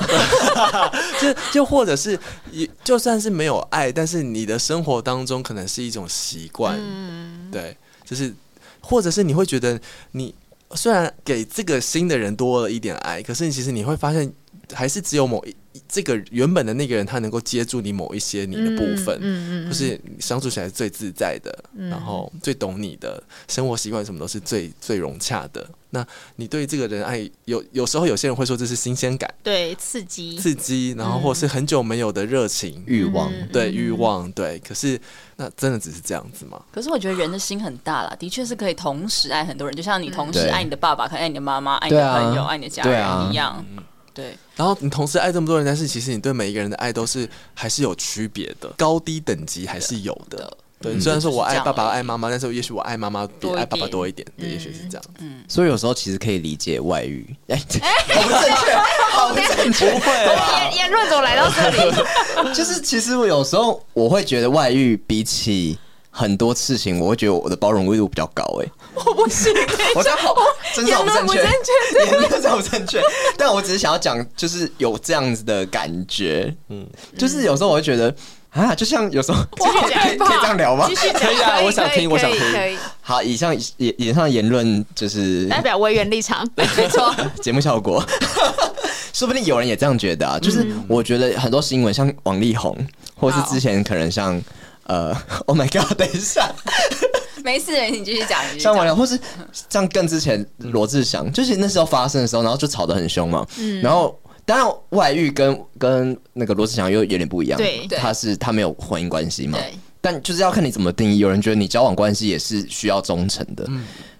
就就或者是也就算是没有爱，但是你的生活当中可能是一种习惯，嗯对，就是或者是你会觉得你虽然给这个新的人多了一点爱，可是其实你会发现还是只有某一这个原本的那个人他能够接住你某一些你的部分，嗯嗯嗯，嗯就是你相处起来最自在的，然后最懂你的生活习惯，什么都是最最融洽的。那你对这个人爱有有时候有些人会说这是新鲜感。对，刺激，刺激，然后或是很久没有的热情，欲望。对欲望，对。可是那真的只是这样子吗？可是我觉得人的心很大啦，的确是可以同时爱很多人，就嗯像你同时对爱你的爸爸，可以爱你的妈妈，爱你对的啊朋友，爱你的家对啊人一样。嗯对，然后你同时爱这么多人，但是其实你对每一个人的爱都是还是有区别的，高低等级还是有的的。对，嗯虽然说我就是这样爱爸爸、而已爱妈妈，但是也许我爱妈妈比多一爱爸爸点多一点，嗯对，也许是这样。所以有时候其实可以理解外遇，哎、好不正确，好不正确，不会言言论怎么来到这里？就是其实我有时候我会觉得外遇比起很多事情，我会觉得我的包容度比较高、哎，我不行， 我这样好，真是好不正确，言论 言论真好不正确。但我只是想要讲，就是有这样子的感觉，嗯，就是有时候我会觉得啊，就像有时候，继续讲可以可以这样聊吗？续讲，可以啊我想听我想听可以，好，以上以以上言论就是代表委员立场，没错， 节目效果，说不定有人也这样觉得嗯啊。就是我觉得很多新闻，像王力宏，或是之前可能像呃，Oh my God，等一下，没事，没事，你继续讲，你继续像王嗯力宏，讲。或是像更之前罗志祥，就是那时候发生的时候，然后就吵得很凶嘛。嗯然后当然外遇跟跟那个罗志祥又有点不一样，对他是他没有婚姻关系嘛。对，但就是要看你怎么定义。有人觉得你交往关系也是需要忠诚的，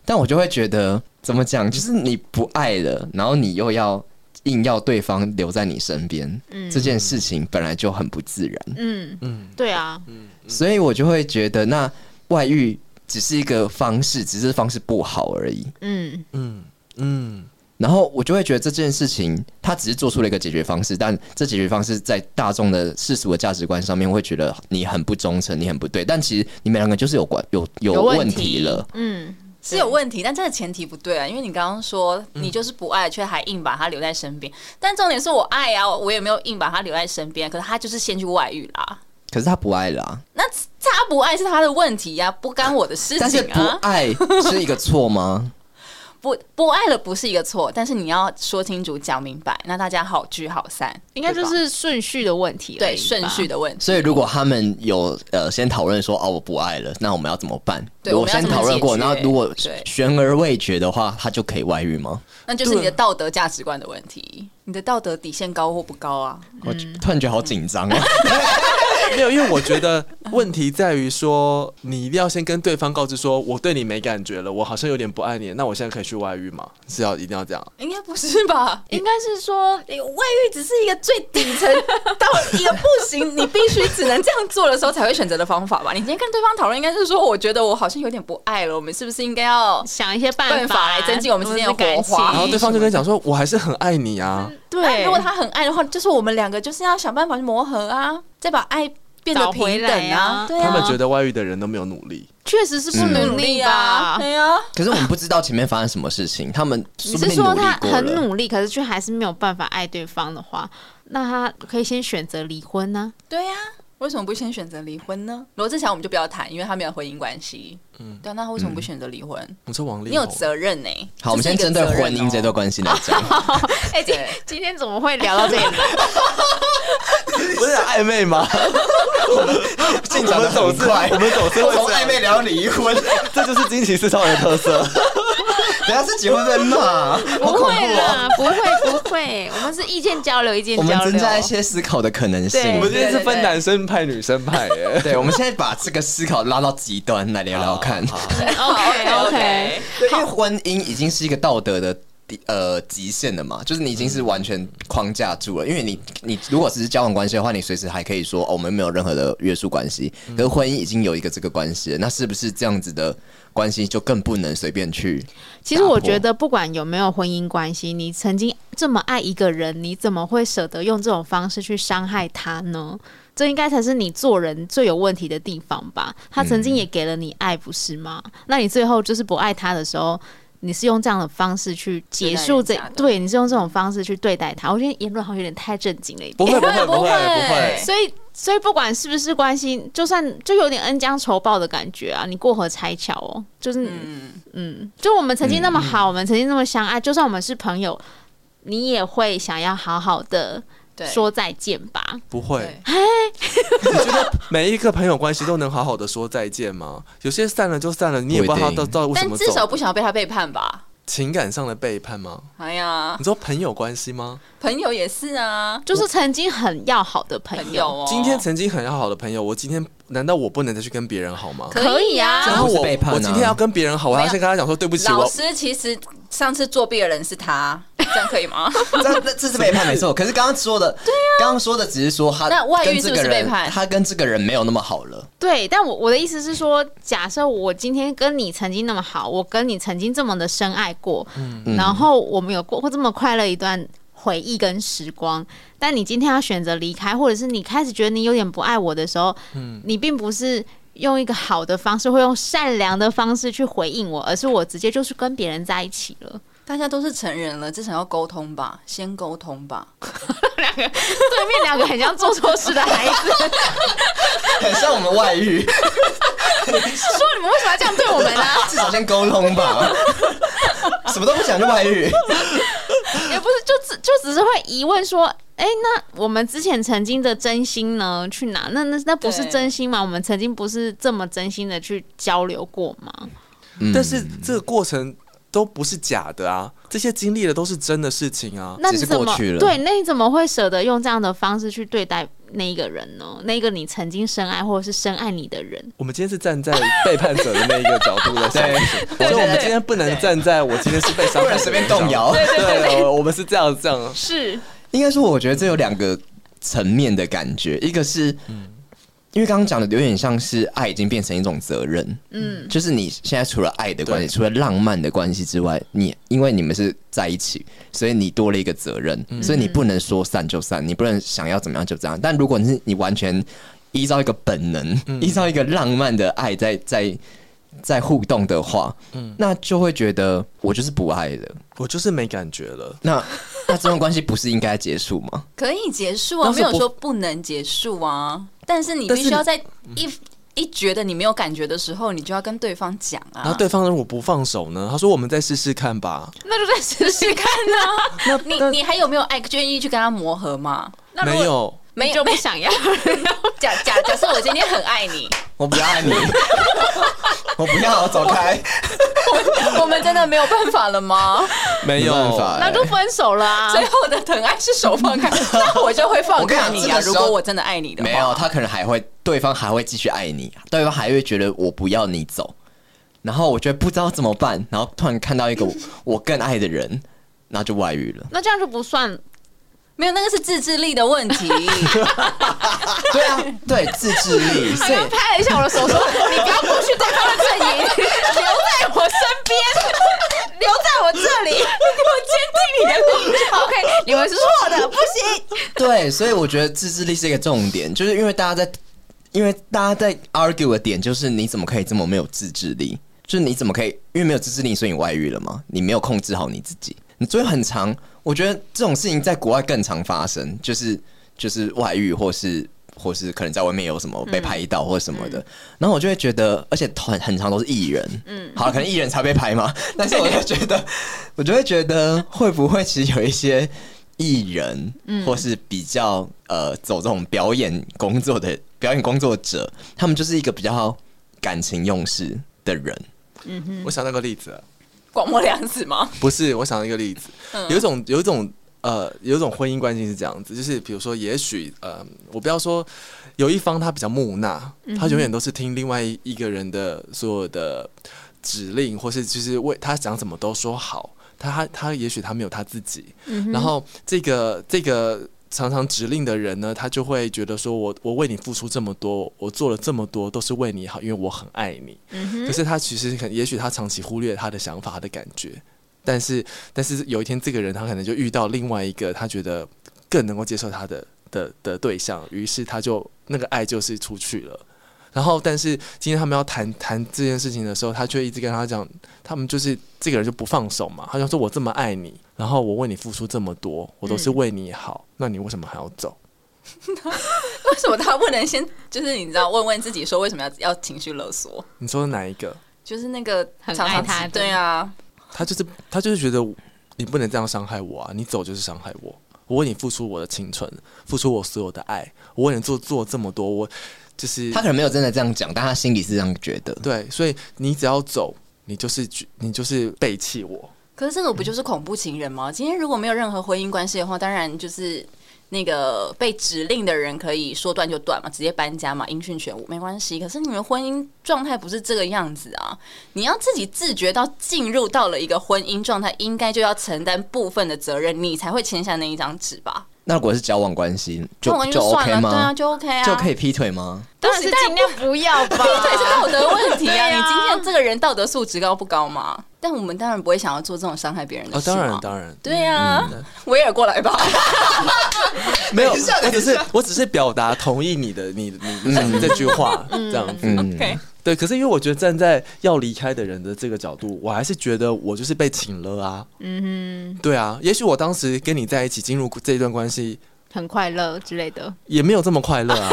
但我就会觉得怎么讲，就是你不爱了，然后你又要硬要对方留在你身边，这件事情本来就很不自然，嗯嗯，对啊，所以我就会觉得那外遇只是一个方式，只是方式不好而已。嗯，嗯嗯，然后我就会觉得这件事情，他只是做出了一个解决方式，但这解决方式在大众的世俗的价值观上面，会觉得你很不忠诚，你很不对。但其实你们两个就是有关有有有问问题题了，嗯，是有问题，但这个前提不对啊，因为你刚刚说你就是不爱，却还硬把他留在身边。但重点是我爱啊，我也没有硬把他留在身边，可是他就是先去外遇啦。可是他不爱了、啊，那他不爱是他的问题呀、不干我的事但是情不啊。爱是一个错吗？ 不不爱了不是一个错，但是你要说清楚、讲明白，那大家好聚好散，应该对就吧是顺序的问题而已吧，对顺序的问题。所以如果他们有呃先讨论说哦我不爱了，那我们要怎么办？对如我果们要先怎么讨论过，解决那如果对悬而未决的话，他就可以外遇吗？那就是你的道德价值观的问题，你的道德底线高或不高啊？我突然觉得好紧张哦。没有，因为我觉得问题在于说，你一定要先跟对方告知说，我对你没感觉了，我好像有点不爱你，那我现在可以去外遇吗？是要一定要这样？应该不是 吧？应该是说你外遇只是一个最底层到一个不 行，你必须只能这样做的时候才会选择的方法吧？你今天跟对方讨论，应该是说，我觉得我好像有点不爱了，我们是不是应该要？想一些办法法来增进我们之间的我感火花情然后对方就跟你讲说，我还是很爱你啊。对，如果他很爱的话，就是我们两个就是要想办法去磨合啊，再把爱变得找回平等来啊啊。对啊，他们觉得外遇的人都没有努力，确实是不努努力力啊，吧。嗯对啊，可是我们不知道前面发生什么事情，他们你说不是定说努力他过很了。努力，可是却还是没有办法爱对方的话，那他可以先选择离婚呢、对呀、为什么不先选择离婚呢？罗志祥我们就不要谈，因为他没有婚姻关系。嗯，对啊、那他为什么不选择离婚？我说王力你有宏，责任呢、好，我们先针对婚姻这段。段 关系来讲，哎、今对今天怎么会聊到这里？不啊是暧昧吗？进展的很我们总是快，我们总是会从这样暧昧聊到离婚， 这就是惊奇四超人的特色。等下是结婚在骂， 不会啦，不会不会，我们是意见交流，意见我们交增流。加一些思考的可能性对。我们今天是对对分对男生派、女生派耶。 对，我们现在把这个思考拉到极端来聊聊看。哦 OK OK，对，因为婚姻已经是一个道德的。呃，极限了嘛，就是你已经是完全框架住了，因为你你如果只是交往关系的话，你随时还可以说、哦、我们没有任何的约束关系，可是婚姻已经有一个这个关系了，那是不是这样子的关系就更不能随便去？其实我觉得，不管有没有婚姻关系，你曾经这么爱一个人，你怎么会舍得用这种方式去伤害他呢？这应该才是你做人最有问题的地方吧？他曾经也给了你爱，不是吗？那你最后就是不爱他的时候，你是用这样的方式去结束这对待人家的对，你是用这种方式去对待他。我觉得言论好像有点太正经了一点。不会不不会哎会不不会会不会，所以，所以不管是不是关系，就算就有点恩将仇报的感觉啊，你过河拆桥哦，就是嗯就我们曾经那么好，我们曾经那么相爱，就算我们是朋友，你也会想要好好的对，说再见吧。不会对。你觉得每一个朋友关系都能好好的说再见吗？有些散了就散了，你也不知道不一他到定到底为什但么至少走。不想要被他背叛吧？情感上的背叛吗？哎呀你，说朋友关系吗？朋友也是啊，就是曾经很要好的朋朋友友，哦。今天曾经很要好的朋友，我今天难道我不能再去跟别人好吗？可以啊这然样后不是我背叛啊我今天要跟别人好，我还要先跟他讲说对不起，老我师其实上次作弊的人是他，这样可以吗？这这这是背叛没错，可是刚刚说的，对啊，刚刚说的只是说他那外遇跟这个是不是人背叛他跟这个人没有那么好了，对，但我我的意思是说，假设我今天跟你曾经那么好，我跟你曾经这么的深爱过，然后我们有过过这么快乐一段回忆跟时光，但你今天要选择离开，或者是你开始觉得你有点不爱我的时候，你并不是。用一个好的方式，会用善良的方式去回应我，而是我直接就是跟别人在一起了。 大家都是成人了，至少要沟通吧，先沟通 吧。两个对面两个很像做错事的孩子，很像我们外遇， 说你们为什么要这样对我啊们呢、至少先沟通吧，什么都不想就外遇。 也不是，就只就只是会疑问说，哎、那我们之前曾经的真心呢，去哪？那那那不是对真心吗？我们曾经不是这么真心的去交流过吗？嗯但是这个过程都不是假的啊，这些经历的都是真的事情啊。那只你是怎过么去了对？那你怎么会舍得用这样的方式去对待那一个人呢？那个你曾经深爱或者是深爱你的人，我们今天是站在背叛者的那一个角度来想对事情，所以我们今天不能站在我今天是被伤不能害的人随便动摇上对，我我们是这样这样。是应该说，我觉得这有两个层面的感觉，一个是因为刚刚讲的有点像是爱已经变成一种责任，嗯，就是你现在除了爱的关系，对除了浪漫的关系之外，你因为你们是在一起，所以你多了一个责任，所以你不能说散就散，你不能想要怎么样就怎样。但如果你是你完全依照一个本能，依照一个浪漫的爱在在在互动的话，那就会觉得我就是不爱了。我就是没感觉了。那 那这段关系不是应该结束吗？可以结束啊，但没是有不说不能结束啊，但是你但是必须要你在一一觉得你没有感觉的时候，你就要跟对方讲啊。然后对方如果不放手呢？他说我们再试试看吧。那就再试试看。那你那你还有没有爱愿意去跟他磨合吗？那如没果有，没你有就，不想要，假假假设我今天很爱 你，我不要爱你，我不要，走开，我们真的没有办法了吗？ 没 有没办法欸 那就分手了 啊。最后的疼爱是手放 开，那我就会放我跟你开讲你这啊！个时如候果我真的爱你的话，没有，他可能还会，对方还会继续爱你，对方还会觉得我不要你走，然后我觉得不知道怎么办，然后突然看到一个我我更爱的人，那就外遇了。那这样就不算，没有，那个是自制力的问题。对啊，对，自制力，所以拍了一下我的手，说：“你不要过去对方的阵 营，留在我身 边，留在我这里，我坚定你的立场。” OK，你们是错的，不行。 对，所以我觉得自制力是一个重点，就是因为大家在，因为大家在 argue 的点就是你怎么可以这么没有自制力？就是你怎么可以因为没有自制力，所以你外遇了吗？你没有控制好你自己，你所以很长。我觉得这种事情在国外更常发生，就是就是外遇或是。或是可能在外面有什么被拍到或什么的，然后我就会觉得，而且很很长都是艺人，嗯，好，可能艺人才被拍嘛，但是我就觉得，我就会觉得会不会其实有一些艺人，嗯或是比较呃走这种表演工作的表演工作者，他们就是一个比较感情用事的人。我想到个例子，广末凉子吗？不是，我想到一个例子，有一种有一种呃，有一种婚姻关系是这样子，就是比如说，也许呃，我不要说有一方他比较木讷，他永远都是听另外一个人的所有的指令，或是就是为他讲什么都说好，他他他也许他没有他自己，然后这个这个。常常指令的人呢，他就会觉得说我我为你付出这么多，我做了这么多都是为你好，因为我很爱你。可是他其实很，也许他长期忽略他的想法、他的感觉，但是但是有一天这个人他可能就遇到另外一个他觉得更能够接受他的的的对象，于是他就那个爱就是出去了。然后，但是今天他们要谈谈这件事情的时候，他却一直跟他讲，他们就是这个人就不放手嘛。他就说：“我这么爱你，然后我为你付出这么多，我都是为你好，那你为什么还要走为什么他不能先就是你知道问问自己说为什么要要情绪勒索？？”你说的哪一个？就是那个很常常爱他的对啊，他就是他就是觉得你不能这样伤害我啊，你走就是伤害我。我为你付出我的青春，付出我所有的爱，我为你做做这么多，我就是他可能没有真的这样讲，但他心里是这样觉得。对，所以你只要走，你就是你就是背弃我。可是这个嗯不就是恐怖情人吗？今天如果没有任何婚姻关系的话，当然就是那个被指令的人可以说断就断嘛，直接搬家嘛，音讯全无没关系。可是你们婚姻状态不是这个样子啊！你要自己自觉到进入到了一个婚姻状态，应该就要承担部分的责任，你才会签下那一张纸吧？那如果是交往关系，就那我就就算 OK 了，吗？对啊，就 OK 啊，就可以劈腿吗？但是尽量不要吧。对，是道德问 题对啊！啊你今天这个人道德素质高不高嘛？但我们当然不会想要做这种伤害别人的哦，事、当然，。当然，对呀、威尔过来吧。没有，我只是我只是表达同意你的你你你这句话这样子。嗯， OK， 对，可是因为我觉得站在要离开的人的这个角度，我还是觉得我就是被请了啊。嗯哼，对啊，也许我当时跟你在一起进入这一段关系，很快乐之类的，也没有这么快乐 啊。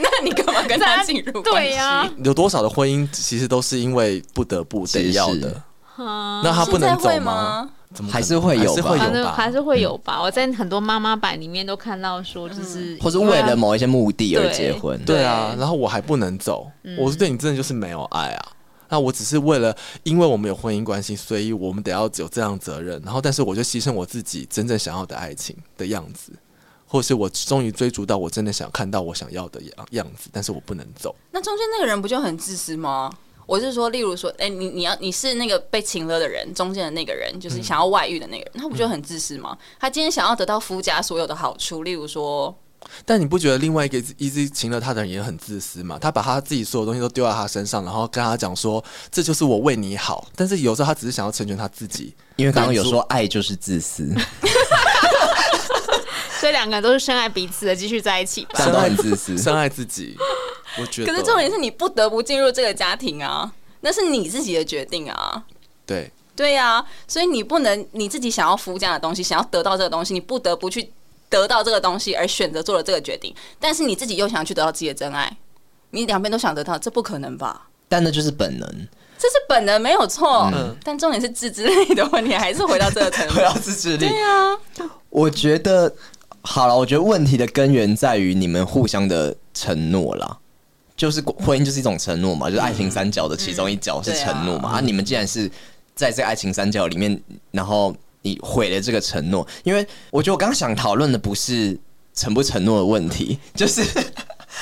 那你干嘛跟他进入关系？对啊呀有多少的婚姻其实都是因为不得不得要其实的是，嗯啊，那他不现在能会走？吗？怎么可能还是会有还是吧嗯会反有正吧？还是会有吧。我在很多妈妈版里面都看到说，就是啊或是为了某一些目的而结婚？对啊，然后我还不能走，嗯我是对你真的就是没有爱啊。那我只是为了，因为我们有婚姻关系，所以我们得要有这样责任。然后，但是我就牺牲我自己真正想要的爱情的样子，或是我终于追逐到我真的想看到我想要的样样子，但是我不能走。那中间那个人不就很自私吗？我是说，例如说，哎、你你要你是那个被请了的人，中间的那个人，就是想要外遇的那个人，他不就很自私吗？他今天想要得到夫家所有的好处，例如说但你不觉得另外一个一直情了他的人也很自私吗？他把他自己所有东西都丢在他身上，然后跟他讲说这就是我为你好，但是有时候他只是想要成全他自己。因为刚刚有说爱就是自私，所以两个人都是深爱彼此的，继续在一起吧。大家都很自私。深爱自己，我觉得。可是重点是你不得不进入这个家庭啊，那是你自己的决定啊。对，对呀、所以你不能你自己想要服这样的东西，想要得到这个东西，你不得不去得到这个东西而选择做了这个决定，但是你自己又想去得到自己的真爱，你两边都想得到，这不可能吧？但那就是本能，这是本能没有错，嗯但重点是自制力的问题，还是回到这个层不 面要。自制力。对呀、我觉得好了，我觉得问题的根源在于你们互相的承诺啦。就是婚姻就是一种承诺嘛，就是爱情三角的其中一角是承诺嘛。啊，你们既然是在这个爱情三角里面，然后你毁了这个承诺，因为我觉得我刚刚想讨论的不是承不承诺的问题， 就是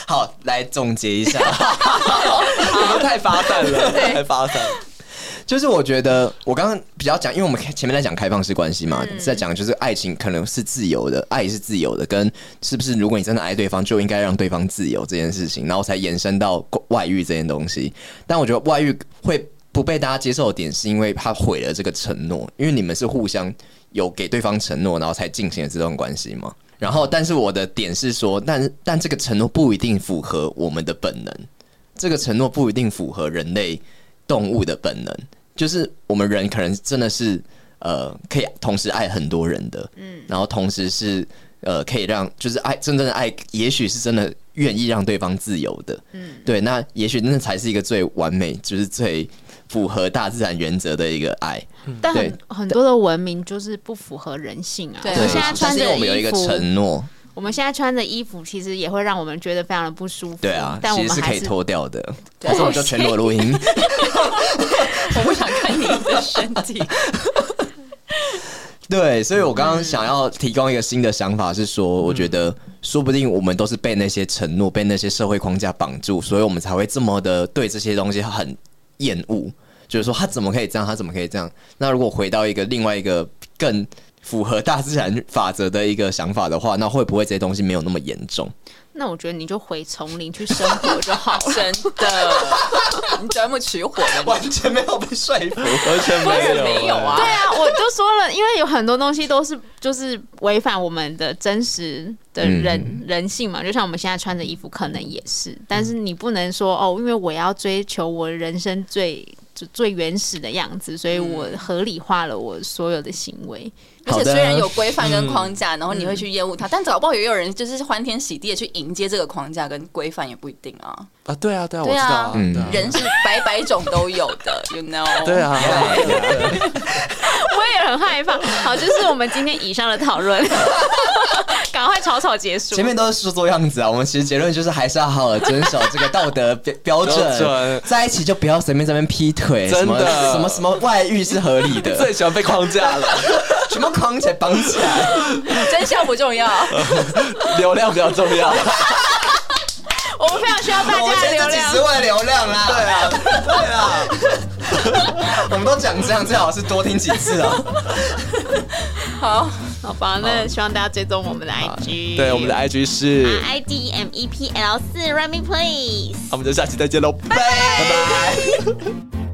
好来总结一下，我们太发散了，太发散。就是我觉得我刚刚比较讲，因为我们前面在讲开放式关系嘛，在讲就是爱情可能是自由的，爱是自由的，跟是不是如果你真的爱对方，就应该让对方自由这件事情，然后才延伸到外遇这件东西。但我觉得外遇会不被大家接受的点，是因为他毁了这个承诺，因为你们是互相有给对方承诺，然后才进行了这段关系嘛。然后，但是我的点是说，但但这个承诺不一定符合我们的本能，这个承诺不一定符合人类动物的本能，就是我们人可能真的是呃可以同时爱很多人的，嗯，然后同时是呃可以让就是爱真正的爱，也许是真的愿意让对方自由的，嗯，对，那也许那才是一个最完美，就是最符合大自然原则的一个爱，但对很很多的文明就是不符合人性啊。对我对们，现在但穿是因为着我们有一衣个服，承诺，我们现在穿着衣服，其实也会让我们觉得非常的不舒服。对啊，但我其们实是可还以是脱掉的，对还是我们就全裸录音。我不想看你的身体。对，所以我刚刚想要提供一个新的想法是嗯说，我觉得说不定我们都是被那些承诺、被那些社会框架绑住，所以我们才会这么的对这些东西很厌恶，就是说他怎么可以这样，他怎么可以这样？那如果回到一个另外一个更符合大自然法则的一个想法的话，那会不会这些东西没有那么严重？那我觉得你就回丛林去生活就好了。真的，你钻木取火的你，完全没有被说服。完全没有，没有啊对啊，我就说了，因为有很多东西都是就是违反我们的真实的人、人性嘛，就像我们现在穿的衣服可能也是，但是你不能说哦，因为我要追求我人生最最最原始的样子，所以我合理化了我所有的行为。而好且的虽然有规范跟框架，然后你会去厌恶它，但搞不好也有人就是欢天喜地的去迎接这个框架跟规范，也不一定啊。啊！对啊，对啊，我对知道啊啊，嗯对啊人是百百种都有的，you know。对啊，对 啊我也很害怕。好，就是我们今天以上的讨论，赶快草草结束。前面都是说做样子啊，我们其实结论就是还是要好好遵守这个道德 标标标准准，在一起就不要随便在那边劈腿，真什么的什么什么外遇是合理 的，最喜欢被框架了，全部框起来绑起来。真相不重要，流量比较重 要。我们非常需要大我家的们流这几量十。万流量啦，对啊，对 啊，我们都讲这样，最好是多听几次啊。好，好吧，那希望大家追踪我们的 IG，对，我们的 IG 是， R I D M E P L 四 Run Me Please。那我们就下期再见喽，拜拜拜。